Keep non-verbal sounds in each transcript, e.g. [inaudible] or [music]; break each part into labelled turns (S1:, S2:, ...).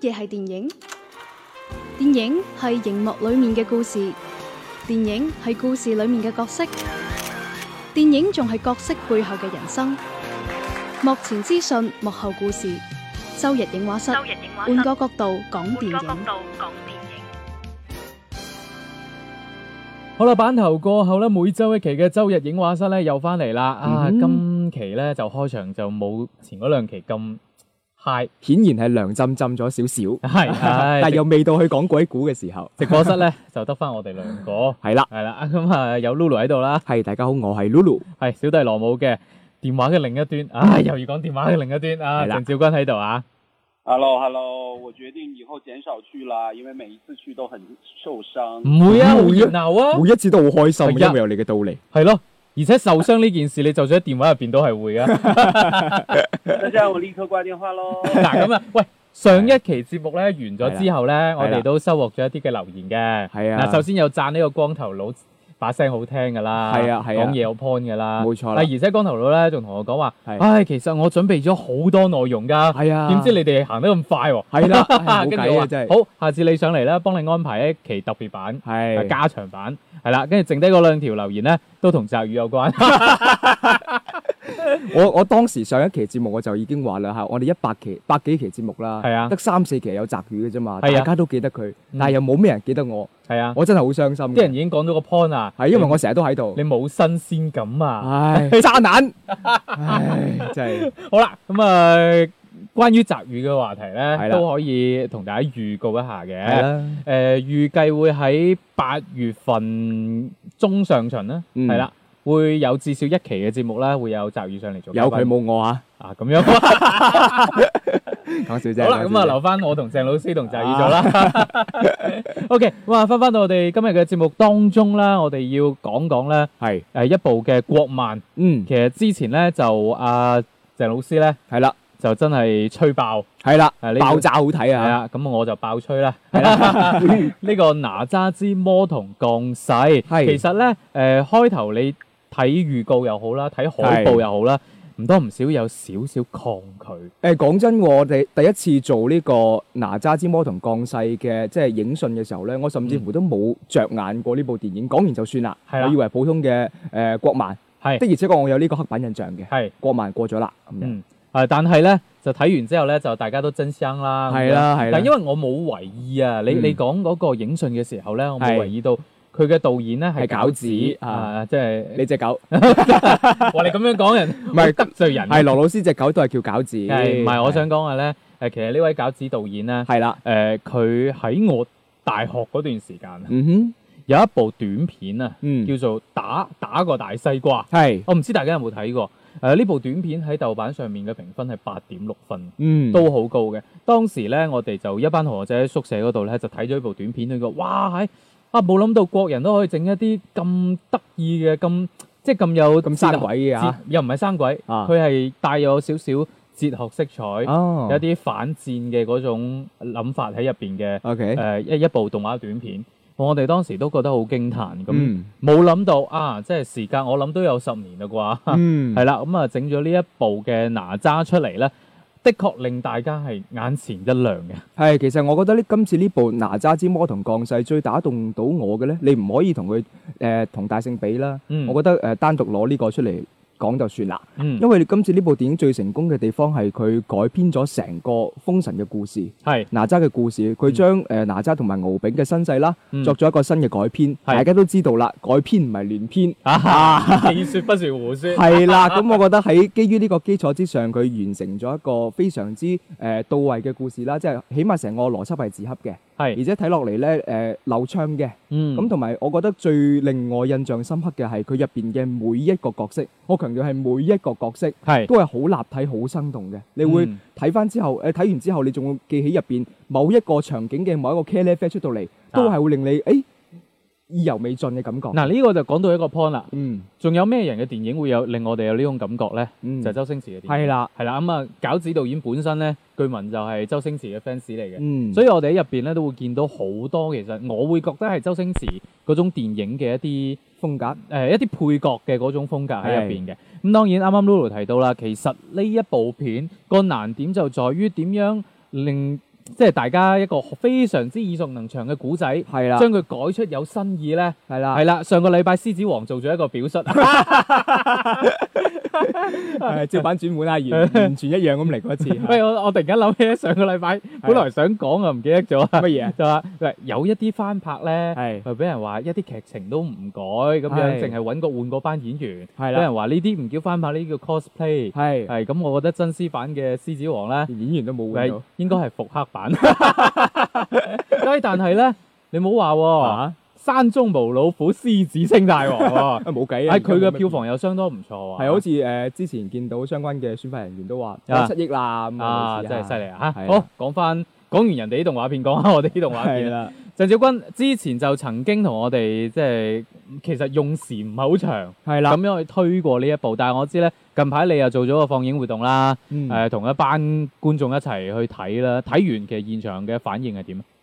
S1: 嘢係電影？電影係熒幕裡面嘅故事，電影係故事裡面嘅角色，電影仲係角色背後嘅人生。幕前資訊，幕後故事。周日映畫室，
S2: 周日影畫室
S1: 換個角度講電
S2: 換個角
S1: 影。
S2: 度講電影。
S3: 好啦，版頭過後咧，每周一期嘅周日影畫室咧又翻嚟啦。啊，
S4: 嗯
S3: 今期咧就開場就冇前嗰兩期咁
S4: [laughs]
S3: high，
S4: 顯然係涼浸浸咗少少，
S3: 係
S4: 但
S3: 係
S4: 又未到去講鬼故嘅時候。
S3: 直播室咧就得翻我哋兩個，
S4: 係啦，
S3: 係啦。 [laughs] 咁啊有 Lulu 喺度啦，
S4: 係大家好，我係 Lulu，
S3: 係小弟羅姆嘅電話嘅另一端，唉、又要講電話嘅另一端啊，
S4: 係啦
S3: 鄭少君喺度啊。
S5: Hello Hello，我决定以后减少去啦，因为每一次去都很受伤。
S3: 唔會啊，好
S4: 唔會
S3: 熱
S4: 啊
S3: 鬧啊，
S4: 每一次都好開心，
S3: 係啊
S4: 因為有你嘅到嚟。
S3: 係咯。而且受傷呢件事，你就算喺電話入邊都係會啊。
S5: 那这样我立刻挂电话喽。
S4: [laughs]
S3: 嗱咁啊，喂，上一期節目咧完咗之後咧，我
S4: 係啦
S3: 哋都收穫咗一啲嘅留言嘅。
S4: 係啊
S3: 嗱，首先有讚呢個光頭佬把聲好聽噶啦，
S4: 係啊係啊
S3: 講嘢有 point 噶啦，
S4: 冇錯
S3: 啊
S4: 啦
S3: 而且光頭佬咧仲同我講話，
S4: 係
S3: 唉，其實我準備咗好多內容㗎，
S4: 係啊，
S3: 點知你哋行得咁快喎？[laughs]
S4: 係啦，唉
S3: 跟
S4: 冇
S3: 住我
S4: 計啊，
S3: 話
S4: 真係
S3: 好，下次你上嚟啦，幫你安排一期特別版。啊
S4: 係
S3: 加長版係啦，跟住剩低嗰兩條留言咧，都同驟雨有關。
S4: 我我當時上一期節目我就已經話啦嚇，我哋一百期百幾期節目啦，
S3: 係啊
S4: 得三四期有擲魚嘅啫嘛，大
S3: 係啊
S4: 家都記得佢，但係又冇咩人記得我，
S3: [laughs] 係啊，
S4: 我真係好傷心嘅。
S3: 啲人已經講咗個 point 啊，
S4: 係因為我成日都喺度
S3: 你，冇新鮮感啊。 [laughs]
S4: 唉，渣男，唉，真係。
S3: 好啦，咁啊，關於澤宇嘅話題咧，
S4: 係啦
S3: 都可以同大家預告一下
S4: 係
S3: 嘅。
S4: 啦，
S3: 誒、預計會喺八月份中上旬啦，
S4: 嗯
S3: 係啦、會有至少一期嘅節目啦，會有澤宇上嚟做嘉
S4: 有
S3: 賓。
S4: 佢冇我啊，
S3: 啊？咁
S4: [laughs]
S3: 樣好
S4: 講笑啫。
S3: 啦，
S4: 講
S3: 咁啊
S4: 笑啫
S3: 留翻我同鄭老師同澤宇做啦。OK，咁啊翻翻到我哋今日嘅節目當中啦，我哋要講講咧
S4: 係，
S3: 誒一部嘅國漫。
S4: 嗯，
S3: 其實之前咧就阿、鄭老師咧
S4: 係啦，
S3: 就真係吹爆。
S4: 係啦
S3: 係呢，個
S4: 爆炸好睇
S3: 係
S4: 啊，
S3: 啊，咁我就爆吹
S4: [laughs]
S3: 啦。啊呢個哪吒之魔童降世，
S4: 係
S3: 其實咧，誒、呃、開頭你睇預告又好啦，睇海報又好啦，唔多唔少有少少抗拒。
S4: 誒講真，我哋第一次做呢個哪吒之魔同降世嘅即係影訊嘅時候咧，我甚至乎都冇着眼過呢部電影，講完就算啦。
S3: 係啦
S4: 我以為普通嘅誒國漫，
S3: 係
S4: 的而且確我有呢個黑板印象嘅，
S3: 係，
S4: 國漫過咗啦咁樣。
S3: 嗯，啊，但係咧就睇完之後咧，就大家都真香啦。咁樣
S4: 係，啦係啦
S3: 但因，為我冇為意啊，你
S4: 嗯
S3: 你講嗰個影訊嘅時候咧，我冇
S4: 係
S3: 為意到。佢嘅導演咧係
S4: 係
S3: 餃
S4: 餃
S3: 子
S4: 子
S3: 啊，即係
S4: 你隻狗
S3: 話你咁樣講人，唔
S4: 唔係
S3: 得罪人。啊
S4: 係羅老師隻狗都係叫餃子，
S3: 係唔係？我想講嘅咧，誒，其實呢位餃子導演咧，
S4: 係啦，
S3: 誒佢喺我大學嗰段時間啊
S4: 嗯哼，
S3: 有一部短片啊，
S4: 嗯，
S3: 叫做《打打個大西瓜》，
S4: 係，
S3: 我唔知大家有冇睇過。誒、呢部短片喺豆瓣上面嘅評分係八點六分，
S4: 嗯，
S3: 都好高嘅。當時咧，我哋就一班同學仔喺宿舍嗰度咧，就睇咗呢部短片，佢個哇係啊，冇諗到國人都可以整一啲咁得意嘅，咁即係咁有
S4: 咁生鬼嘅
S3: 哲學，
S4: 嚇
S3: 哲，又唔係生鬼，
S4: 啊
S3: 佢係帶有少少哲學色彩，
S4: 哦
S3: 有啲反戰嘅嗰種諗法喺入邊嘅。
S4: ，OK，
S3: 誒一一部動畫短片，我哋當時都覺得好驚嘆咁，
S4: 嗯
S3: 冇諗到啊，即係時間我諗都有十年啦啩，
S4: 嗯
S3: 係啦，咁啊整咗呢一部嘅哪吒出嚟咧，的確令大家係眼前一亮嘅，
S4: 係，其實我覺得呢今次呢部《哪吒之魔童降世》最打動到我嘅呢，你唔可以同佢誒同大聖比啦。
S3: 嗯，
S4: 我覺得誒、呃、單獨攞呢個出嚟講就算啦，
S3: 嗯
S4: 因為你今次呢部電影最成功嘅地方係佢改編咗成個封神嘅故事，
S3: 係
S4: 哪吒嘅故事，佢將誒、呃哪吒同埋敖丙嘅身世啦，
S3: 嗯
S4: 作咗一個新嘅改編。
S3: 係
S4: 大家都知道啦，改編唔係亂
S3: [laughs]
S4: 編。
S3: 啊，你説不如胡説，
S4: 係啦，咁我覺得喺 [laughs] 基於呢個基礎之上，佢完成咗一個非常之誒、呃到位嘅故事啦，即係起碼成個邏輯係自洽嘅。而
S3: 係，
S4: 且睇落嚟咧，誒、流暢嘅，
S3: 嗯，
S4: 咁同埋我覺得最令我印象深刻嘅係佢入邊嘅每一個角色，我強調係每一個角色
S3: 係，
S4: 都係好立體、好生動嘅。你會
S3: 嗯
S4: 睇翻之後，誒、睇完之後，你仲會記起入邊某一個場景嘅某一個 c a l e 出到嚟，都係會令你誒、哎意猶未盡嘅感覺。
S3: 嗱呢個就講到一個 point 啦，
S4: 嗯
S3: 仲有咩人嘅電影會有令我哋有呢種感覺咧？
S4: 嗯，
S3: 就係周星馳嘅電影，
S4: 係啦，
S3: 係啦，咁啊餃子導演本身咧，據聞就係周星馳嘅 fans 嚟嘅。
S4: 嗯，
S3: 所
S4: 以
S3: 以我哋喺入邊咧都會見到好多其實我會覺得係周星馳嗰種電影嘅一啲誒、
S4: 風格
S3: 呃一啲配角嘅嗰種風格喺入邊嘅。咁當然啱啱 Lulu 提到啦，其實呢一部片個難點就在於點樣令即係大家一個非常之耳熟能詳嘅古仔，
S4: 係啊啦，
S3: 將佢改出有新意咧。
S4: 係啦
S3: 係，啦，上個禮拜獅子王做咗一個表述，
S4: [laughs]
S3: [laughs]
S4: 係照版轉本啊，
S3: [laughs]
S4: 完完全一樣咁嚟過一次。係
S3: 喂，我我突然間諗起上個禮拜本來想講啊，唔記得咗啊，
S4: 乜嘢啊？
S3: [laughs] 就話喂有一啲翻拍咧。 [laughs]
S4: 係
S3: 咪俾人話一啲劇情都唔改咁樣，
S4: 係
S3: 淨係揾個換個班演員，
S4: 係
S3: 俾
S4: 啦，
S3: 人話呢啲唔叫翻拍，呢啲叫 cosplay。
S4: 係
S3: 係咁，我覺得真獅版嘅獅子王咧，
S4: 演員都冇換
S3: 係
S4: 到。
S3: 應該係復刻版。 [laughs] 所以但係咧，你冇話喎，
S4: 啊，
S3: 山中無老虎，獅子稱大
S4: [laughs]
S3: 王喎。
S4: 冇計啊！
S3: 係佢
S4: 而家冇
S3: 嘅
S4: 咩
S3: 票房又相當唔錯喎。
S4: 係好似誒之前見到相關嘅宣發人員都話
S3: 啊
S4: 七億啦咁
S3: 啊，真係犀
S4: 利
S3: 利啊！
S4: 係啊
S3: 好，講翻講完人哋呢動畫片，講下我哋呢動畫
S4: 係
S3: 片啦。
S4: 啦，
S3: 鄭少君之前就曾經同我哋即係其實用時唔係好長，
S4: 係啦
S3: 咁，樣去推過呢一部。但係我知咧，近排你又做咗個放映活動啦，
S4: 嗯
S3: 誒同一班觀眾一齊去睇啦。睇完其實現場嘅反應係點啊？
S5: [laughs]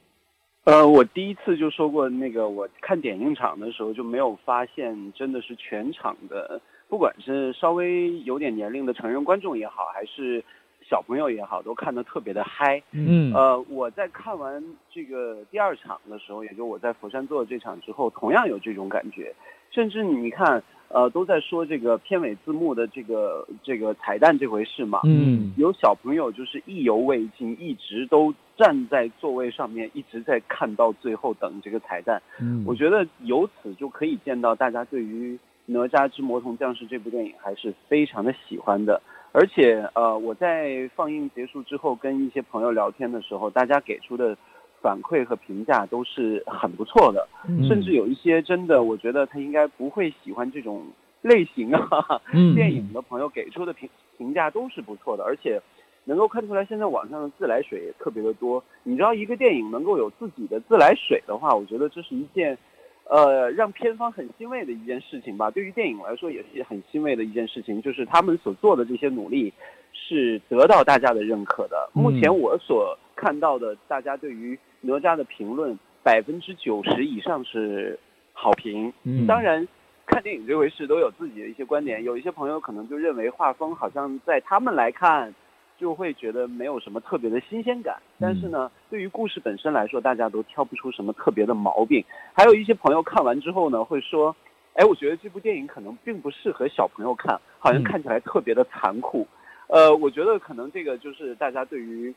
S5: 呃，我第一次就说过，那个我看点映场的时候就没有发现，真的是全场的，不管是稍微有点年龄的成人观众也好，还是小朋友也好，都看得特别的嗨。
S3: 嗯，
S5: 呃，我在看完这个第二场的时候，也就我在佛山做的这场之后，同样有这种感觉。甚至你看，呃，都在说这个片尾字幕的这个这个彩蛋这回事嘛。
S3: 嗯
S5: 有小朋友就是意犹未尽，一直都站在座位上面，一直在看到最后等这个彩蛋。
S4: 嗯
S5: 呃我觉得由此就可以见到大家对于《哪吒之魔童降世》这部电影还是非常的喜欢的。而且，呃，我在放映结束之后跟一些朋友聊天的时候，大家给出的反馈和评价都是很不错的，
S3: 嗯
S5: 甚至有一些真的，我觉得他应该不会喜欢这种类型啊。
S3: 嗯
S5: 电影的朋友给出的评评价都是不错的，而且能够看出来，现在网上的自来水也特别的多。你知道，一个电影能够有自己的自来水的话，我觉得这是一件，呃，让片方很欣慰的一件事情吧。对于电影来说，也是很欣慰的一件事情，就是他们所做的这些努力是得到大家的认可的。
S3: 嗯
S5: 目前我所看到的，大家对于哪吒的评论，百分之九十以上是好评。
S4: 嗯
S5: 当然，看电影这回事都有自己的一些观点，有一些朋友可能就认为画风好像在他们来看，就会觉得没有什么特别的新鲜感。但是呢，对于故事本身来说，大家都挑不出什么特别的毛病。还有一些朋友看完之后呢，会说。哎，我觉得这部电影可能并不适合小朋友看，好像
S3: 嗯
S5: 看起来特别的残酷。呃，我觉得可能这个就是大家对于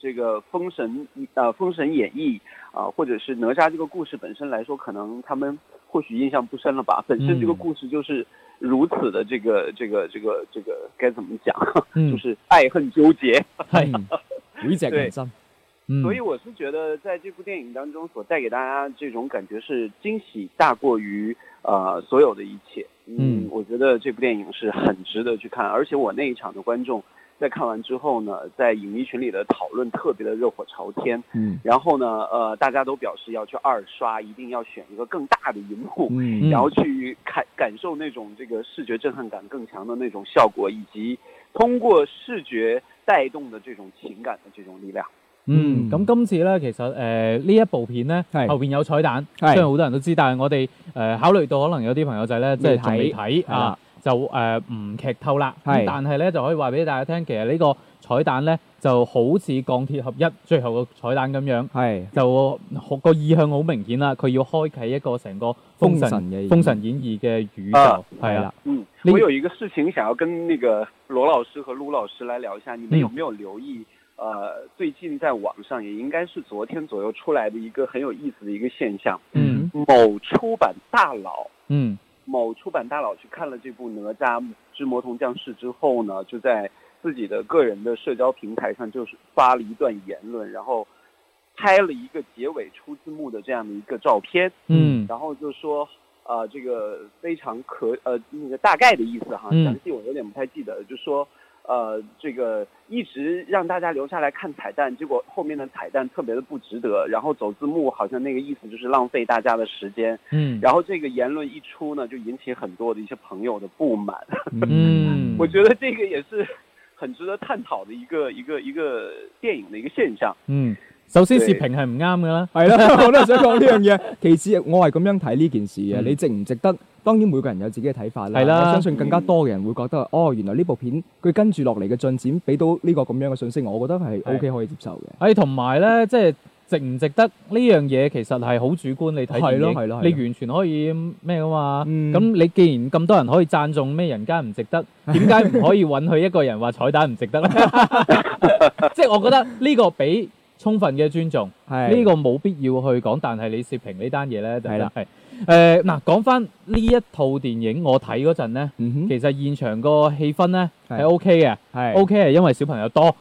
S5: 这个《封神》呃《封神演义》啊、或者是哪吒这个故事本身来说，可能他们或许印象不深了吧。本身这个
S3: 嗯
S5: 故事就是如此的这个这个这个这个该怎么讲， [laughs]
S3: 嗯
S5: 就是爱恨纠结。
S3: 係
S4: 每隻人生，
S3: 嗯
S5: 所以我是觉得，在这部电影当中所带给大家这种感觉是惊喜大过于呃所有的一切。
S3: 嗯
S5: 我觉得这部电影是很值得去看，而且我那一场的观众在看完之后呢，在影迷群里的讨论特别的热火朝天。
S4: 嗯
S5: 然后呢，呃，大家都表示要去二刷，一定要选一个更大的银幕，
S4: 嗯
S5: 然后去感感受那种这个视觉震撼感更强的那种效果，以及通过视觉带动的这种情感的这种力量。
S3: 嗯，
S4: 嗯
S3: 咁今次咧，其實呃誒呢、一部片咧，
S4: 係
S3: 後邊有彩蛋，
S4: 係
S3: 雖然好多人都知，但係我哋誒、呃考慮到可能有啲朋友仔咧，即係仲未
S4: 未睇
S3: 睇
S4: 係啦
S3: 啊，就誒唔、劇透啦。咁
S4: 係
S3: 但係咧就可以話俾大家聽，其實呢個彩蛋咧就好似鋼鐵俠一最後個彩蛋咁樣，
S4: 係
S3: 就好個意向好明顯啦，佢要開啟一個成個封
S4: 封
S3: 神
S4: 神嘅
S3: 封神演義嘅宇宙
S5: 啊，
S3: 係
S4: 係
S3: 啦
S4: 啦，
S5: 嗯，
S3: 那
S5: 我
S3: 个
S5: 有一个事情想要跟那个罗老师和陆老师来聊一下，你们
S3: 嗯
S5: 有没有留意？呃，最近在网上也应该是昨天左右出来的一个很有意思的一个现象，
S3: 嗯
S5: 某出版大佬，
S3: 嗯
S5: 某出版大佬去看了这部《哪吒之魔童降世》之后呢，就在自己的个人的社交平台上就是发了一段言论，然后拍了一个结尾出字幕的这样的一个照片，
S3: 嗯
S5: 然后就说，呃，这个非常可呃那个大概的意思哈，
S3: 嗯
S5: 详细我有点不太记得了，就说，呃，这个一直让大家留下来看彩蛋，结果后面的彩蛋特别的不值得，然后走字幕好像那个意思就是浪费大家的时间，
S3: 嗯
S5: 然后这个言论一出呢，就引起很多的一些朋友的不满，
S3: 嗯，
S5: 我觉得这个也是很值得探讨的一个一个一个电影的一个现象。
S3: 嗯，首先
S5: 對
S3: 視評係唔啱嘅啦，
S4: [laughs] 係啦，我都係想講呢樣嘢。其次，我係咁樣睇呢件事嘅，
S3: 嗯
S4: 你值唔值得當然每個人有自己嘅睇法啦。
S3: 係啦
S4: 我相信更加多嘅人會覺得，哦，原來呢部片佢跟住落嚟嘅進展，俾到呢個咁樣嘅信息，我覺得係
S3: 係
S4: OK 可以接受嘅。
S3: 係哎同埋咧，即係值唔值得呢樣嘢，其實係好主觀。你睇
S4: 係
S3: 電
S4: 咯
S3: 影，
S4: 係咯係咯
S3: 你完全可以咩噶嘛？
S4: 嗯
S3: 咁、你既然咁多人可以讚頌咩人間唔值得，點解唔可以允許一個人話彩蛋唔值得
S4: [laughs]
S3: 咧？即係我覺得呢個俾充分嘅尊重。
S4: 係
S3: 呢個冇必要去講，但係你涉評呢單嘢咧，就
S4: 係啦
S3: 係誒嗱，講翻呢一套電影，我睇嗰陣咧，
S4: 嗯哼
S3: 其實現場個氣氛咧
S4: 係
S3: 係 OK 嘅
S4: 係
S3: ，OK 係因為小朋友多，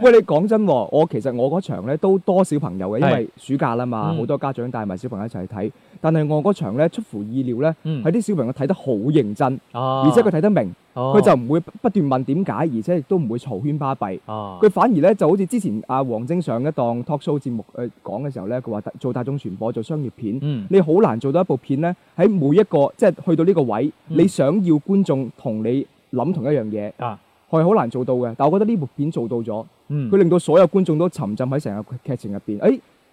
S4: 喂，你講真喎，我其實我嗰場咧都多小朋友嘅，因
S3: 係
S4: 為暑假啦嘛，
S3: 嗯
S4: 好多家長帶埋小朋友一齊去睇。但係我嗰場咧出乎意料咧，
S3: 嗯啊
S4: 係，啲小朋友睇得好認真，
S3: 而
S4: 而且佢睇得明，
S3: 佢
S4: 佢就唔會不斷問點解，而且亦都唔會嘈喧巴閉。
S3: 啊
S4: 佢反而咧就好似之前阿黃晶上一檔 talk show 節目誒講嘅時候咧，佢話大做大眾傳播做商業片，
S3: 嗯
S4: 你好難做到一部片咧喺每一個即係去到呢個位，
S3: 嗯
S4: 你想要觀眾同你諗同一樣嘢，
S3: 啊
S4: 係好難做到嘅。但我覺得呢部片做到咗。
S3: 嗯
S4: 佢。令到所有觀眾都沉浸喺成個劇情入邊。誒、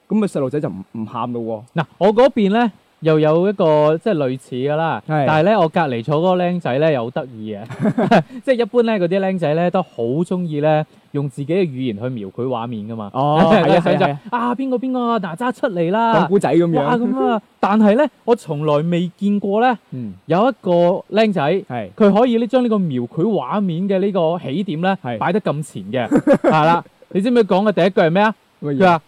S4: 咁啊細路仔就唔唔喊咯
S3: 嗱，我嗰邊咧又有一個即係類似嘅啦，
S4: 係
S3: 但係咧我隔離坐嗰個僆仔咧又好得意嘅，
S4: [laughs]
S3: 即係一般咧嗰啲僆仔咧都好中意咧用自己嘅語言去描繪畫面噶嘛。 [laughs]
S4: 哦 [laughs] 係啊
S3: 想
S4: 係啊係
S3: 象
S4: 啊
S3: 啊邊個邊個哪吒出嚟
S4: 喎，講
S3: 啦，
S4: 古仔咁
S3: 哇
S4: 樣。
S3: 咁啊！但係咧，我從來未見過咧
S4: 嗯，
S3: 有一個僆仔，
S4: 係
S3: 佢可以呢將呢個描繪畫面嘅呢個起點咧
S4: 係
S3: 擺得咁前嘅，係啦。你知唔知佢講嘅第一句係咩啊？
S4: 乜
S3: 佢
S4: 嘢？
S3: 話：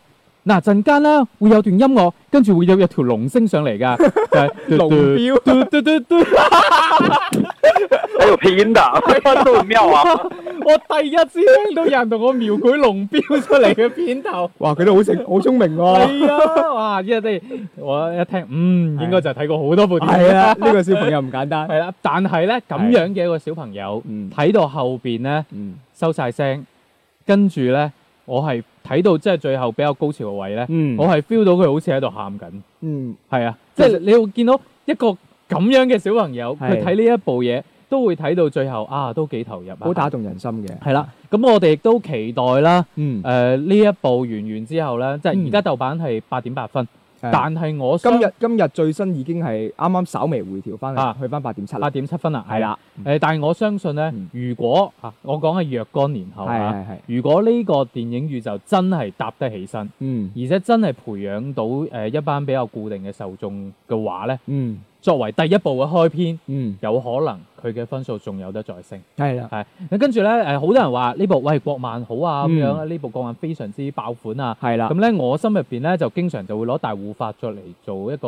S3: 嗱陣間咧會有段音樂，跟住會有有條龍升上嚟㗎，
S4: [laughs]
S3: 就係
S4: 龍標
S3: 嘟嘟嘟嘟嘟。
S5: 还有配 [laughs] 音的，这么妙啊！
S3: 我第一次聽到有人同我描繪龍標出嚟嘅片
S4: [laughs]
S3: 頭。
S4: 哇！佢都
S3: [laughs]
S4: 好聰好聰明喎。
S3: 係啊，哇！依家真係我一聽，嗯，
S4: 係
S3: 應該就係睇過好多部電影。
S4: 係啊，呢個小朋友唔簡單。
S3: [laughs] 係啦，但係咧咁樣嘅一個小朋友
S4: 嗯
S3: 睇到後邊咧
S4: 嗯
S3: 收晒聲，跟住咧我係睇到即係最後比較高潮嘅位咧，
S4: 嗯，
S3: 我係 feel 到佢好似喺度喊緊。
S4: 嗯
S3: 係啊，
S4: 其
S3: 即
S4: 實
S3: 係你會見到一個咁樣嘅小朋友，
S4: 係
S3: 佢睇呢一部嘢，都會睇到最後啊，都幾投入啊，
S4: 好打。動人心嘅。
S3: 係啦，咁我哋亦都期待啦。
S4: 嗯
S3: 誒、，呢一部完完之後咧，即係而家豆瓣係八點八分，
S4: 係
S3: 但係我
S4: 今日今日最新已經係啱啱稍微回調翻
S3: 啊
S4: 去，去翻八點七
S3: 八
S4: 啦。
S3: 點七分啦，
S4: 係啦，
S3: 誒、但係我相信咧
S4: 嗯，
S3: 如果啊，我講係若干年後
S4: 係
S3: 啊，
S4: 係係。
S3: 如果呢個電影宇宙真係搭得起身，
S4: 嗯
S3: 而且真係培養到誒、一班比較固定嘅受眾嘅話咧，
S4: 嗯
S3: 作為第一部嘅開篇，
S4: 嗯，
S3: 有可能佢嘅分數仲有得再升。
S4: 係啦，
S3: 咁跟住咧，誒好多人話呢部喂國漫好啊咁
S4: 嗯
S3: 樣，呢部國漫非常之爆款啊。
S4: 係啦，
S3: 咁咧，我心入邊咧就經常就會攞大護法作嚟做一個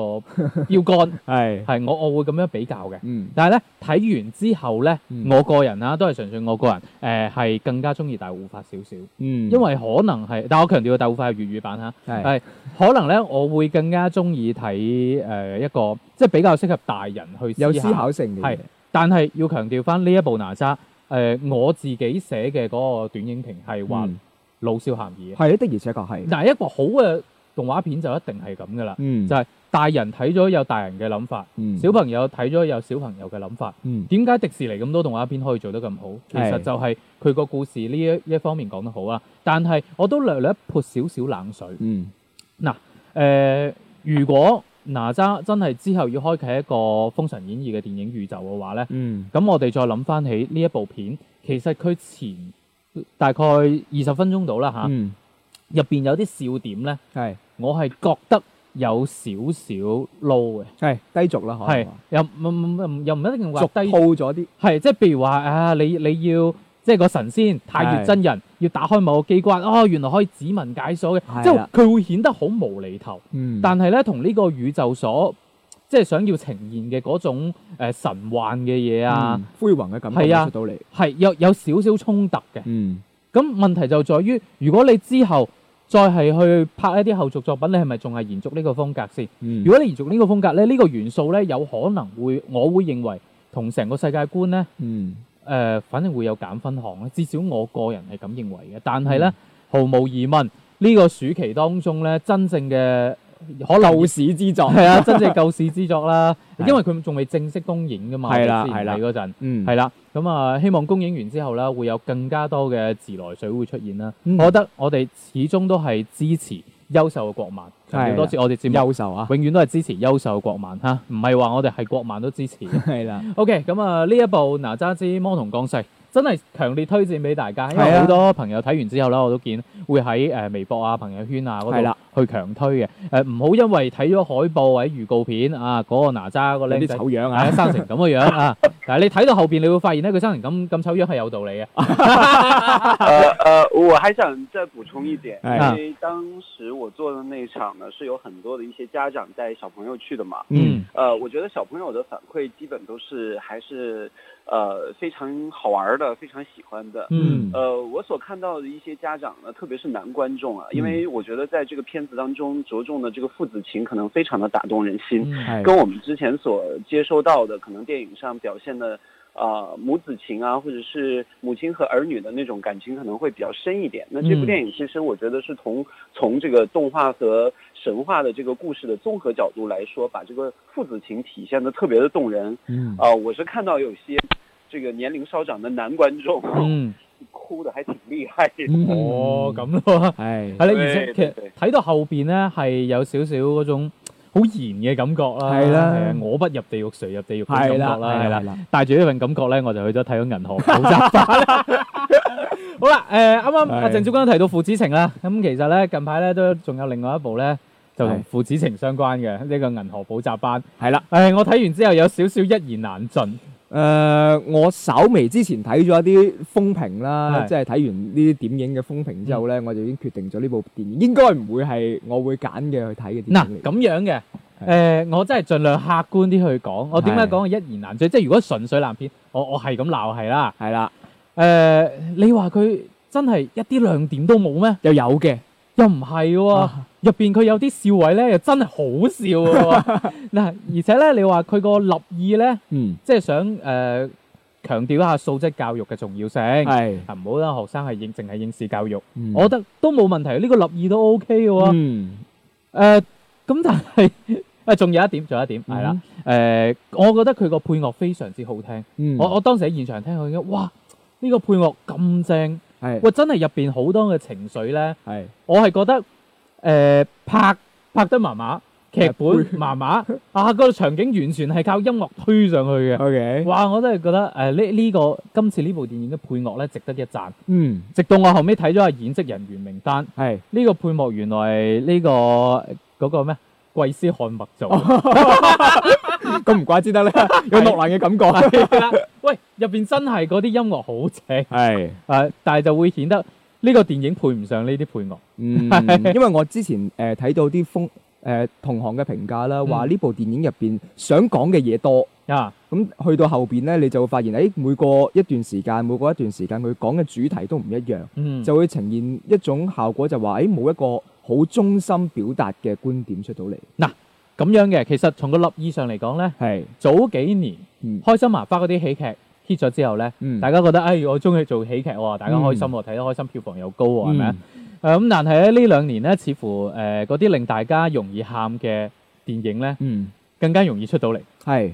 S3: 標
S4: [laughs]
S3: 杆，
S4: 係
S3: 係我我會咁樣比較嘅。
S4: 嗯
S3: 但係咧睇完之後咧，
S4: 嗯
S3: 我個人啊都係純粹我個人誒係、更加中意大護法少少，
S4: 嗯，
S3: 因為可能係，但我強調大護法係粵語版嚇，
S4: 係
S3: 係可能咧我會更加中意睇誒一個即係比較適合大人去
S4: 有思考性嘅
S3: 係
S4: 嘢。
S3: 但係要強調翻呢一部哪吒，誒、我自己寫嘅嗰個短影評係話
S4: 嗯
S3: 老少咸宜嘅。
S4: 係的，而且確係。
S3: 但係一個好嘅動畫片就一定係咁噶啦，
S4: 嗯
S3: 就係大人睇咗有大人嘅諗法，
S4: 嗯
S3: 小朋友睇咗有小朋友嘅諗法。
S4: 嗯
S3: 點解迪士尼咁多動畫片可以做得咁好？其實
S4: 係
S3: 就係佢個故事呢一一方面講得好啊。但係我都略略潑少少冷水。
S4: 嗯
S3: 誒、如果哪吒真係之後要開啟一個《封神演義》嘅電影宇宙嘅話呢。
S4: 嗯
S3: 咁我哋再諗翻起呢一部片，其實佢前大概二十分鐘到啦嚇，
S4: 嗯
S3: 入邊、有啲笑點呢，
S4: 係
S3: 我係覺得有少少撈嘅，
S4: 係低俗啦，可能
S3: 係
S4: 話。
S3: 又唔唔唔又唔一定話
S4: 哦俗套
S3: 低，
S4: 咗啲，
S3: 係即係譬如話啊，你你要。即係個神仙太乙
S4: 係
S3: 真人要打開某個機關，哦，原來可以指紋解鎖
S4: 係
S3: 嘅，即係
S4: 啦
S3: 佢會顯得好無厘頭。
S4: 嗯
S3: 但係咧，同呢個宇宙所即係想要呈現嘅嗰種、呃、神幻嘅嘢啊，
S4: 嗯灰雲嘅感覺
S3: 係啊
S4: 出到嚟，
S3: 係有有少少衝突嘅。
S4: 嗯
S3: 咁問題就在於，如果你之後再係去拍一啲後續作品，你係咪仲係延續呢個風格先？
S4: 嗯
S3: 如果你延續呢個風格咧，呢、個元素咧有可能會，我會認為同成個世界觀咧，誒、
S4: 嗯
S3: 反正會有減分項啦。至少我個人係咁認為嘅。但係咧，毫無疑問，呢、個暑期當中咧，真正嘅可能
S4: 救市之作，
S3: 係啊，真正救市之作啦，
S4: [laughs] 係
S3: 因為佢仲未正式公映噶嘛，
S4: 係啦
S3: 我哋之前
S4: 係啦
S3: 睇嗰陣。
S4: 嗯
S3: 係啦，咁啊，希望公映完之後啦，會有更加多嘅自來水會出現啦。
S4: 嗯
S3: 我覺得我哋始終都係支持優秀嘅國漫，
S4: 啊
S3: 強調多次我哋節目
S4: 優秀啊，
S3: 永遠都係支持優秀嘅國漫嚇，唔係話我哋係國漫都支持嘅。
S4: 係啦，
S3: OK，咁啊呢一部《哪吒之魔童降世》真係強烈推薦俾大家，因
S4: 係
S3: 為
S4: 啊
S3: 好多朋友睇完之後啦，我都見會喺誒、呃微博啊、朋友圈啊
S4: 係
S3: 嗰
S4: 啦
S3: 度去強推嘅。誒唔好因為睇咗海報或者預告片啊，嗰、個哪吒、個
S4: 有
S3: 僆
S4: 啲
S3: 仔
S4: 醜。
S3: [laughs]
S4: 樣
S3: 係啊，
S4: 啊，
S3: 生成咁嘅樣
S4: [laughs]
S3: 啊！但係你睇到後邊，你會發現咧，佢生成咁咁醜樣係有道理嘅。
S5: [laughs] 呃呃，我还想再补充一点，
S4: 哎
S5: 因为当时我做的那一场呢，是有很多的一些家长带小朋友去的嘛。
S4: 嗯，
S5: 呃，我觉得小朋友的反馈基本都是还是呃非常好玩的，非常喜欢的。
S3: 嗯
S5: 呃，我所看到的一些家长呢，特别是男观众啊，
S3: 嗯
S5: 因为我觉得在这个片子当中着重的这个父子情，可能非常的打动人心。
S3: 嗯
S4: 係
S5: 跟我们之前所接收到的，可能电影上表现的，呃，母子情啊，或者是母亲和儿女的那种感情，可能会比较深一点。那这
S3: 嗯
S5: 部电影其实我觉得是从从这个动画和神话的这个故事的综合角度来说，把这个父子情体现的特别的动人。
S4: 嗯
S5: 啊、我是看到有些这个年龄稍长的男观
S3: [laughs]
S5: 众、
S3: 嗯，
S5: 哭的还挺厉害的。
S3: 哦咁咯，
S4: 係
S3: 係啦，而且其
S5: 對
S3: 實
S5: 對
S3: 睇到後邊咧係有少少嗰種好嚴嘅感覺啦，
S4: 係啦
S3: 係啊我不入地獄誰入地獄嘅
S4: 係
S3: 感覺
S4: 啦，
S3: 啦，
S4: 係
S3: 係啦
S4: 啦，。啦
S3: 帶住呢份感覺咧，我就去咗
S4: [laughs]
S3: 睇咗銀河補習班啦。好啦，誒啱啱
S4: 係
S3: 阿鄭少君都提到父子情啦，咁其實咧近排咧都仲有另外一部咧就同
S4: 係
S3: 父子情相關嘅呢個銀河補習班。
S4: 係啦，
S3: 誒我睇完之後有少少一言難盡。
S4: 誒、我稍微之前睇咗一啲風評啦，
S3: 係
S4: 即係睇完呢啲點影嘅風評之後咧，我就已經決定咗呢部電影應該唔會係我會揀嘅去睇嘅電影
S3: 嗱
S4: 嚟。
S3: 咁樣嘅，誒、我真係盡量客觀啲去講。我點解講係一言難盡？即係如果純粹爛片，我我係咁鬧係啦。
S4: 係啦，
S3: 誒、你話佢真係一啲亮點都冇咩？
S4: 又有嘅，
S3: 又唔係喎，
S4: 啊
S3: 入邊佢有啲笑位咧，又真係好笑嘅喎。嗱，而且咧，你話佢個立意咧，
S4: 嗯，
S3: 即係想誒、強調一下素質教育嘅重要性。
S4: 係，
S3: 啊，唔好啦，學生係應淨係應試教育，
S4: 嗯
S3: 我覺得都冇問題，呢、個立意都 O K 嘅喎。
S4: 嗯，
S3: 誒呃咁，但係啊，仲有一點，仲有一點，係啦。誒、我覺得佢個配樂非常之好聽。
S4: 嗯，
S3: 我我當時喺現場聽，佢已經哇，呢、個配樂咁正，
S4: 係
S3: 哇，真係入邊好多嘅情緒咧，
S4: 係
S3: 我係覺得誒、拍拍得麻麻，劇本麻麻，啊，個場景完全係靠音樂推上去嘅。
S4: ，OK，
S3: 哇！我真係覺得誒呢呢個今次呢部電影嘅配樂咧，值得一讚。
S4: 嗯，
S3: 直到我後尾睇咗下演職人員名單，
S4: 係， [laughs]
S3: 呢個配幕原來係呢、個嗰、個咩貴斯漢默做。
S4: 哦咁唔怪之得咧，有諾蘭嘅感覺，
S3: 係啦喂，入邊真係嗰啲音樂好正，誒、
S4: 係。
S3: 但係就會顯得呢個電影配唔上呢啲配樂。
S4: 嗯，因為我之前誒睇、到啲風誒同行嘅評價啦，話呢部電影入邊想講嘅嘢多，
S3: 啊，
S4: 咁去到後邊咧，你就會發現，誒、每個一段時間，每個一段時間佢講嘅主題都唔一樣，
S3: 嗯，
S4: 就會呈現一種效果，就話誒冇一個好中心表達嘅觀點出到嚟，
S3: 咁樣嘅，其實從個立意上嚟講咧，
S4: 係，
S3: 早幾年
S4: 嗯
S3: 開心麻花嗰啲喜劇 hit 咗之後咧，
S4: 嗯，
S3: 大家覺得，哎，我中意做喜劇喎，大家開心喎，睇得開心，票房又高
S4: 嗯
S3: 喎，係咪啊？誒咁、但係咧呢兩年咧，似乎誒嗰啲令大家容易喊嘅電影咧，
S4: 嗯，
S3: 更加容易出到嚟，《
S4: 係，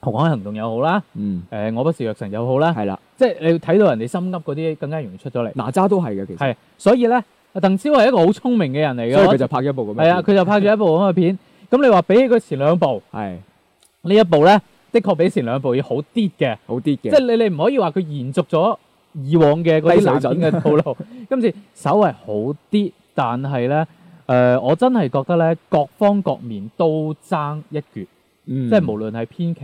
S3: 紅海行動》又好啦，誒、
S4: 嗯，
S3: 呃我不是藥神》又好啦，
S4: 係啦，
S3: 即係你睇到人哋心噏嗰啲，更加容易出到嚟。
S4: 哪吒都係嘅，其實，
S3: 係，所以咧，鄧超係一個好聰明嘅人嚟嘅。
S4: 所以佢就拍咗一部咁樣，
S3: 係啊，，佢就拍咗一部咁嘅片。咁你話比起佢前兩部，
S4: 係
S3: 呢一部咧，的確比前兩部要好啲嘅。
S4: 好啲
S3: 即
S4: 嘅，
S3: 係你你唔可以話佢延續咗以往嘅嗰啲
S4: 低水
S3: 爛
S4: 準
S3: 片嘅套
S4: [laughs]
S3: 路，今次稍為好啲，但係咧。誒、我真係覺得咧，各方各面都爭一橛，
S4: 嗯
S3: 即係無論係編劇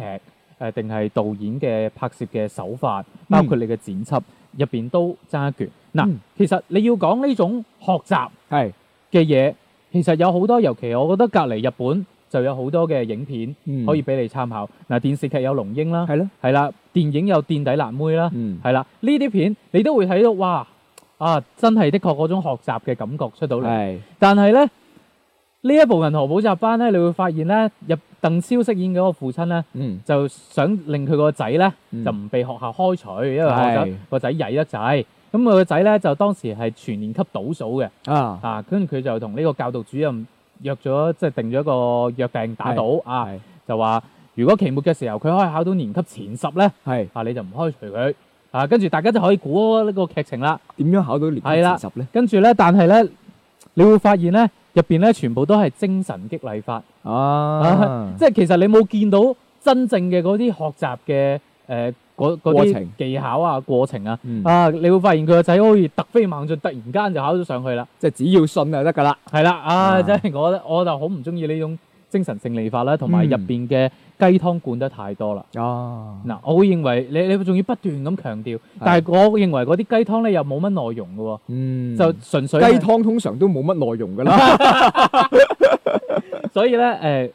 S3: 誒定係導演嘅拍攝嘅手法，包括你嘅剪輯入邊都爭一橛。嗱、
S4: 嗯
S3: 其實你要講呢種學習。
S4: 係，
S3: 嘅嘢，其實有好多，尤其我覺得隔離日本就有好多嘅影片
S4: 嗯
S3: 可以，俾你參考。嗱、電視劇有《龍英》啦，
S4: 係咯，
S3: 係啦，電影有《墊底辣妹》啦，
S4: 嗯，
S3: 係啦，呢啲片你都會睇到，哇！啊，真係的確嗰種學習嘅感覺出到嚟。
S4: 嗯係，
S3: 但係呢，呢一部《銀河補習班》呢，你會發現呢，入鄧超飾演嗰個父親呢，
S4: 嗯，
S3: 就想令佢個仔呢，
S4: 嗯
S3: 就唔被學校開除，因為學
S4: 係
S3: 生個仔曳得滯。咁佢個仔呢，就當時係全年級倒數嘅。
S4: 啊，
S3: 啊，跟住佢就同呢個教導主任約咗，即係定咗一個約定打賭啊，
S4: 係，
S3: 就話如果期末嘅時候佢可以考到年級前十咧，
S4: 係。
S3: 啊你就唔開除佢。啊，跟住大家就可以估呢個劇情啦。
S4: 點樣考到年級
S3: 係啦
S4: 前十咧？
S3: 跟住咧，但係咧，你會發現咧，入邊咧全部都係精神激勵法，
S4: 啊，
S3: 即係其實你冇見到真正嘅嗰啲學習嘅誒嗰嗰
S4: 過
S3: 啲
S4: 程
S3: 技巧啊過程啊。
S4: 嗯
S3: 啊！你會發現佢個仔好似突飛猛進，突然間就考咗上去啦。
S4: 即係只要信就得㗎啦。
S3: 係啦，啊！
S4: 啊
S3: 真係我我就好唔中意呢種精神勝利法啦，同埋
S4: 嗯
S3: 入邊嘅雞湯灌得太多啦。
S4: 啊，
S3: 嗱，我會認為你你仲要不斷咁強調，但係我認為嗰啲雞湯咧又冇乜內容嘅喎，
S4: 嗯，
S3: 就純粹
S4: 雞湯通常都冇乜內容㗎
S3: [laughs]
S4: 啦。
S3: 所以咧誒、呃，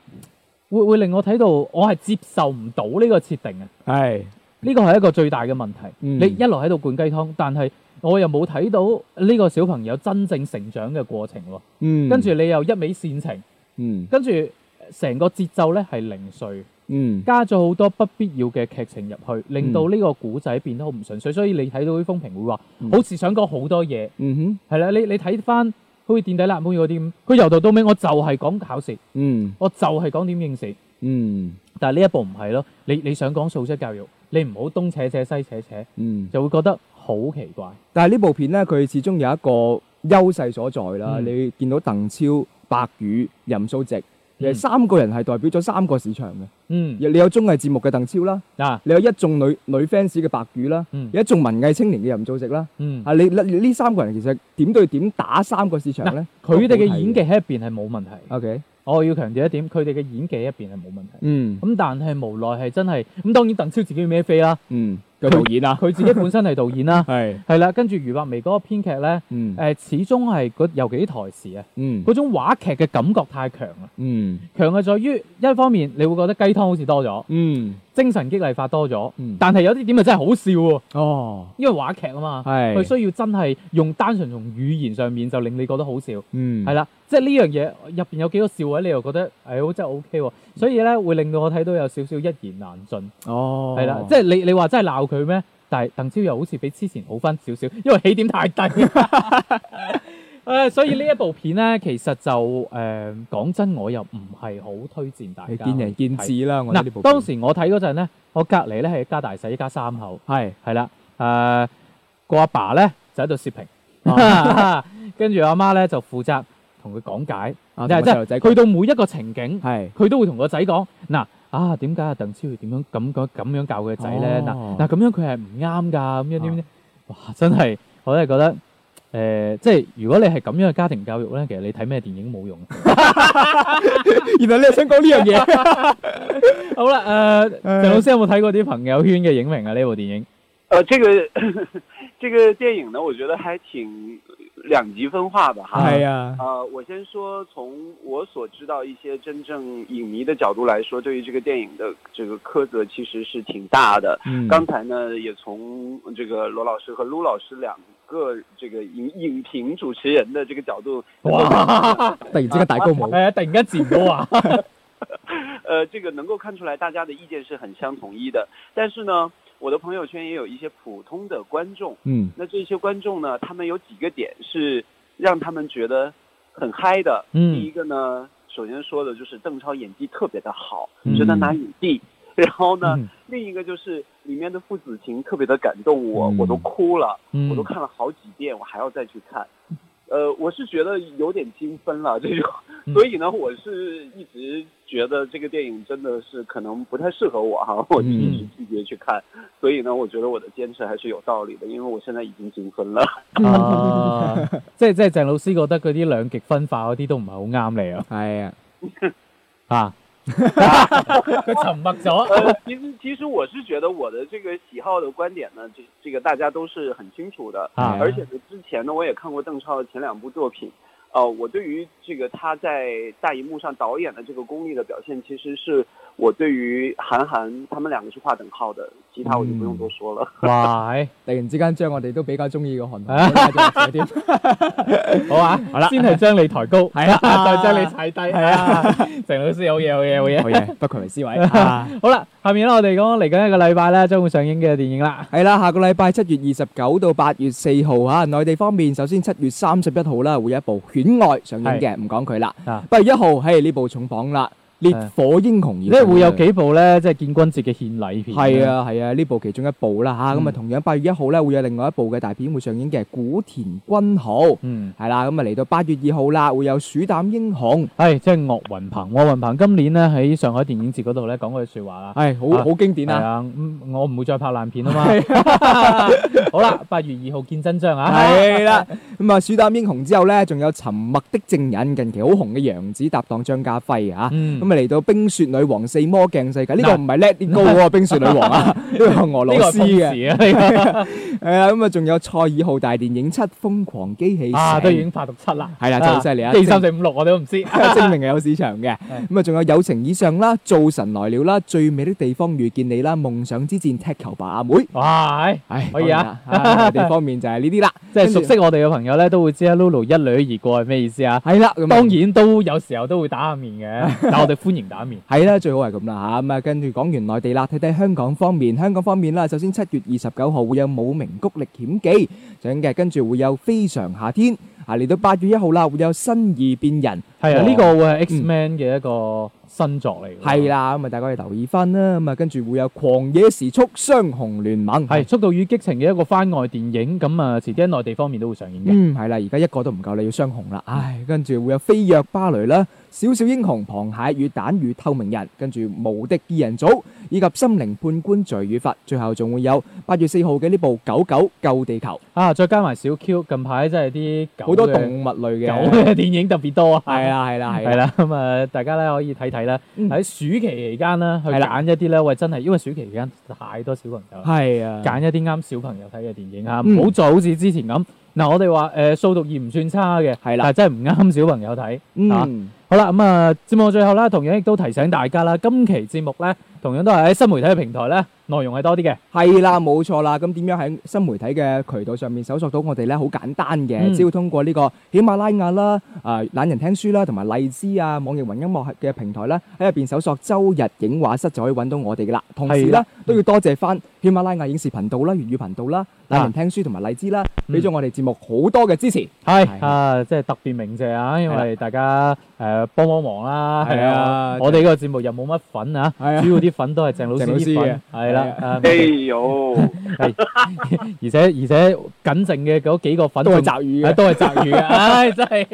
S3: 會會令我睇到我係接受唔到呢個設定啊！
S4: 係，
S3: 呢個係一個最大嘅問題。
S4: 嗯
S3: 你一路喺度灌雞湯，但係我又冇睇到呢個小朋友真正成長嘅過程喎。
S4: 嗯，
S3: 跟住你又一味煽情，
S4: 嗯，
S3: 跟住成個節奏咧係零碎，
S4: 嗯
S3: 加咗好多不必要嘅劇情入去，令到呢個古仔變得好唔純粹。所以你睇到啲風評會話，
S4: 嗯
S3: 好似想講好多嘢。
S4: 嗯哼，
S3: 係啦，你你睇翻好似墊底辣妹嗰啲咁，佢由頭到尾我就係講考試，
S4: 嗯
S3: 我就係講點應試。
S4: 嗯
S3: 但係呢一步唔係咯，你你想講素質教育，你唔好東扯扯西扯扯，
S4: 嗯。
S3: 就會覺得好奇怪。
S4: 但係呢部片呢，佢始終有一個優勢所在啦。
S3: 嗯
S4: 你見到鄧超、白宇、任素汐，其實三個人係代表咗三個市場嘅。
S3: 嗯，
S4: 你有綜藝節目嘅鄧超啦，
S3: 嗱，
S4: 你有一眾女女 fans 嘅白宇啦，
S3: 嗯
S4: 有一眾文藝青年嘅任素汐啦。
S3: 嗯，
S4: 啊，你你呢三個人其實點對點打三個市場呢？
S3: 佢哋嘅演技
S4: 技
S3: 喺入邊係冇問題。
S4: ，OK，
S3: 我要強調一點，佢哋嘅演技入邊係冇問題。
S4: 嗯
S3: 咁但係無奈係真係咁，當然鄧超自己要孭飛啦，
S4: 嗯，個導演啊，
S3: 佢自己本身係導演
S4: [laughs]
S3: 啦，
S4: 係，
S3: 係啦，跟住余白眉嗰個編劇咧，誒、
S4: 嗯
S3: 始終係嗰尤其啲台時啊，
S4: 嗯
S3: 嗰種話劇嘅感覺太強啊，
S4: 嗯
S3: 強嘅在於一方面你會覺得雞湯好似多咗，
S4: 嗯，
S3: 精神激勵法多咗，
S4: 嗯
S3: 但係有啲點啊真係好笑喎，
S4: 哦，
S3: 因為話劇啊嘛，
S4: 係
S3: 佢需要真係用單純從語言上面就令你覺得好笑。
S4: 嗯，
S3: 係啦，即係呢樣嘢入邊有幾個笑位，你又覺得哎誒好真係 O K 喎，所以咧會令到我睇到有少少一言難盡，
S4: 哦，
S3: 係啦、即係你你話真係鬧佢咩？但係鄧超又好似比之前好翻少少，因為起點太低。 [laughs] 誒、所以呢一部片咧，其實就誒講、真，我又唔係好推薦大
S4: 你
S3: 家。
S4: 見仁見。智啦。我覺得呢部
S3: 嗱，
S4: 片
S3: 當時我睇嗰陣咧，我隔離咧係一家大細，一家三口。
S4: 係
S3: 係啦，誒、個阿爸咧就喺度攝
S4: 啊
S3: 屏， [laughs] 跟住阿媽咧就負責同佢講解，
S4: 啊，
S3: 即係
S4: 同
S3: 即
S4: 個細路仔
S3: 係去到每一個情景，
S4: 係
S3: 佢都會同個仔講嗱。啊，點解阿鄧超要點樣咁咁咁樣教佢嘅仔咧？嗱
S4: 哦
S3: 嗱咁樣佢係唔啱㗎，咁樣點點，哇！真係我真係覺得，誒、即係如果你係咁樣嘅家庭教育咧，其實你睇咩電影冇
S4: [laughs]
S3: 用。
S4: 原來你係想講呢樣嘢？
S3: 好啦，誒、鄭老師有冇睇過啲朋友圈嘅影評啊？呢部電影，
S5: 呃，这个这个电影呢，我觉得还挺两极分化的哈。
S4: 係啊，
S5: 呃，我先说，从我所知道一些真正影迷的角度来说，对于这个电影的这个苛责其实是挺大的。
S4: 嗯
S5: 刚才呢，也从这个罗老师和陆老师两个这个影影评主持人的这个角度，
S3: 哇！
S4: 突然之間大高舞
S3: 係，啊，突然間自然都話，
S5: 呃，这个能够看出来大家的意见是很相统一的。但是呢，我的朋友圈也有一些普通的观众，
S4: 嗯
S5: 那这些观众呢，他们有几个点是让他们觉得很嗨的。
S3: 嗯
S5: 第一个呢，首先说的就是邓超演技特别的好，
S3: 嗯
S5: 值得拿影帝。然后呢，
S3: 嗯
S5: 另一个就是里面的父子情特别的感动我，
S4: 嗯
S5: 我都哭了。
S3: 嗯
S4: Ừ.
S5: 我都看了好几遍，我还要再去看。呃，我是觉得有点精分了这种，
S3: 嗯
S5: [laughs] 所以呢，我是一直觉得这个电影真的是可能不太适合我哈，我就一
S3: 嗯
S5: 直拒绝去看。所以呢，我觉得我的坚持还是有道理的，因为我现在已经精分
S3: [laughs]
S5: 了。
S3: 啊， [laughs] 即係即係鄭老師覺得嗰啲兩極分化嗰啲都唔係好啱你啊，
S4: 係啊，
S3: 啊， [laughs] 佢沉默咗，
S5: 呃，其实其实我是觉得我的这个喜好的观点呢，这这个大家都是很清楚的。
S3: 啊
S5: 而且呢，之前呢，我也看过邓超的前两部作品，呃，我对于这个他在大荧幕上导演的这个功力的表现，其实是我对于韩寒他们两个是划等号的，其他我就不用多说
S3: [laughs]
S5: 了。
S3: 哇，係
S4: 突然之間將我哋都比較中意嘅 [laughs] 韓
S3: 啊
S4: 紅拉咗入水添，
S3: 好啊，好啦，先係將你抬高，
S4: 係
S3: [laughs]
S4: 啊
S3: 再將你踩低，係啊，鄭老師好嘢，好嘢，
S4: [laughs]
S3: 好
S4: 好
S3: 嘢，
S4: 嘢，不愧為思維。
S3: 好啦，下面咧我哋講嚟緊一個禮拜咧將會上映嘅電影啦，
S4: 係啦，下個禮拜七月二十九到八月四號嚇，內地方面首先七月三十一號啦，會有一部《犬愛》上映嘅，唔講佢啦
S3: 啊。
S4: 八月一號，嘿呢部重磅啦。烈火英雄
S3: 即
S4: 而
S3: 係
S4: 生
S3: 會有
S4: 嘅
S3: 幾部咧，即係建軍節嘅獻禮片。
S4: 係，啊係啊，呢部其中一部啦吓，咁啊
S3: 嗯
S4: 同樣八月一號咧會有另外一部嘅大片會上映嘅《古田君豪》，
S3: 嗯，
S4: 係啦，咁啊嚟到八月二號啦，會有《鼠膽英雄》，
S3: 係即係岳雲鵬。岳雲鵬今年咧喺上海電影節嗰度咧講過句説話啦。
S4: 係
S3: 啊
S4: 好好經典
S3: 係
S4: 啊！
S3: 啊，嗯我唔會再拍爛片啊嘛。 [laughs] 好啦，八月二號見真章啊！
S4: 係啦，咁啊《鼠膽英雄》之後咧，仲有《沉默的證人》，近期好紅嘅楊紫搭檔張家輝啊。
S3: 嗯
S4: 咁啊嚟到冰雪女王四魔鏡世界，呢個
S3: 嗱
S4: 唔係 Let It
S3: [laughs]
S4: Go 嗰個冰雪女王啊，呢個係
S3: 呢
S4: 俄羅
S3: 個係
S4: 斯
S3: 諷
S4: 嘅。
S3: 刺啊呢個。
S4: 係啊，咁啊仲有蔡爾號大電影《七瘋狂機器城
S3: 啊，都已經拍到七啦，
S4: 係啦真係好犀利啊
S3: 四三四五六我哋都唔知， [laughs]
S4: [laughs] 證明係有市場嘅。
S3: 係
S4: 咁啊，仲有友情以上啦，造神來了啦，最美的地方遇見你啦，夢想之戰踢球吧阿妹。
S3: 哇！係
S4: 唉，
S3: 可以啊
S4: 當然啦。啊內地方面就係呢
S3: [laughs]
S4: 啲啦，
S3: 即係熟悉我哋嘅朋友咧，都會知啊，Lulu 一掠而過係咩意思啊？
S4: 係啦。咁啊
S3: 當然都有時候都會打下面嘅，
S4: [laughs]
S3: 但我哋歡迎打面。
S4: 係啦，最好係咁啦嚇。咁啊，跟住講完內地啦，睇睇香港方面。香港方面啦，首先七月二十九號會有《武明谷歷險記》上映嘅，跟住會有《非常夏天》啊，嚟到八月一號啦，會有《新異變人》。
S3: 係啊，
S4: 哦
S3: 呢個會係 X Man 嘅一個新作嚟㗎。
S4: 係啦，咁啊，大家可以留意翻啦。咁啊，跟住會有《狂野時速雙雄聯盟》。
S3: 係《速度與激情》嘅一個番外電影，咁啊，遲啲喺內地方面都會上映嘅。
S4: 嗯，係啦，而家一個都唔夠，你要雙紅啦，唉，跟住會有飛躍芭蕾啦，小小英雄、螃蟹與蛋與透明人，跟住無敵二人組，以及心靈判官罪與罰，最後仲會有八月四號嘅呢部《狗狗救地球》，
S3: 啊，再加埋小 Q，近排真係啲狗
S4: 好多
S3: 嘅
S4: 動物類
S3: 狗
S4: 嘅， [laughs]
S3: 嘅電影特別多啊。
S4: 係啦係啦
S3: 係
S4: 係啦，
S3: 啦，咁啊，大家咧可以睇睇啦。
S4: 嗯
S3: 喺暑期期間啦，去
S4: 係啦
S3: 揀一啲咧，喂，真係因為暑期期間太多小朋友啦，
S4: 係啊，
S3: 揀一啲啱小朋友睇嘅電影嚇，
S4: 嗯
S3: 唔好再好似之前咁。嗱，我哋話誒掃毒二唔算差嘅，
S4: 係啦
S3: 但係真係唔啱小朋友睇。啊
S4: 嗯，
S3: 好啦，咁、啊，節目最後啦，同樣亦都提醒大家啦，今期節目咧，同樣都係喺新媒體嘅平台咧，內容係多啲嘅。
S4: 係啦，冇錯啦。咁點樣喺新媒體嘅渠道上面搜索到我哋咧？好簡單嘅，
S3: 嗯
S4: 只要通過呢個喜馬拉雅啦、啊、懶人聽書啦、同埋荔枝啊、網易雲音樂嘅平台啦，喺入邊搜索周日影畫室就可以揾到我哋噶啦。同時
S3: 係
S4: 啦
S3: 啦，
S4: 都要多謝翻喜馬拉雅影視頻道啦、粵語頻道啦、懶人
S3: 啊
S4: 聽書同埋荔枝啦，
S3: 嗯
S4: 俾咗我哋節目好多嘅支持。係
S3: 係啊，即係特別鳴謝啊，因為大家誒、呃、幫幫忙啦，
S4: 係啊
S3: 我哋呢個節目又冇乜粉啊，
S4: 係啊
S3: 主要啲粉都係鄭老師
S4: 鄭老師
S3: 啲
S4: 嘅
S3: 粉，係
S4: [laughs]
S3: 啦，啊
S5: 哎 [laughs] 呦，
S3: 而且而且僅剩嘅嗰幾個粉
S4: 都係
S3: 仲
S4: 澤
S3: [laughs]
S4: 宇
S3: 啊
S4: 嘅，
S3: 都係澤
S4: [laughs]
S3: 宇嘅，唉，真係。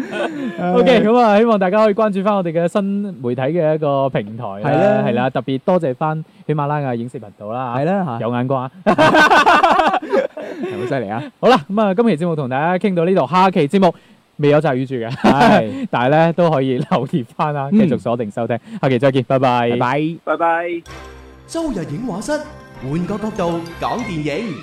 S3: O K，咁啊，希望大家可以關注翻我哋嘅新媒體嘅一個平台
S4: 係啦
S3: 啦，係啦，特別多謝翻喜馬拉雅影視頻道啦，
S4: 係啦嚇，
S3: 有眼光啊！
S4: 係好犀
S3: [laughs]
S4: 利啊！
S3: 好啦，咁啊，今期節目同大家傾到呢度，下期節目未有驟雨住嘅，
S4: 係，
S3: [laughs] 但係咧都可以留意翻啦，
S4: 嗯
S3: 繼續鎖定收聽，下期再見，拜拜
S4: 拜。拜。
S5: 拜拜。
S2: 周日影畫室，換個角度講電影。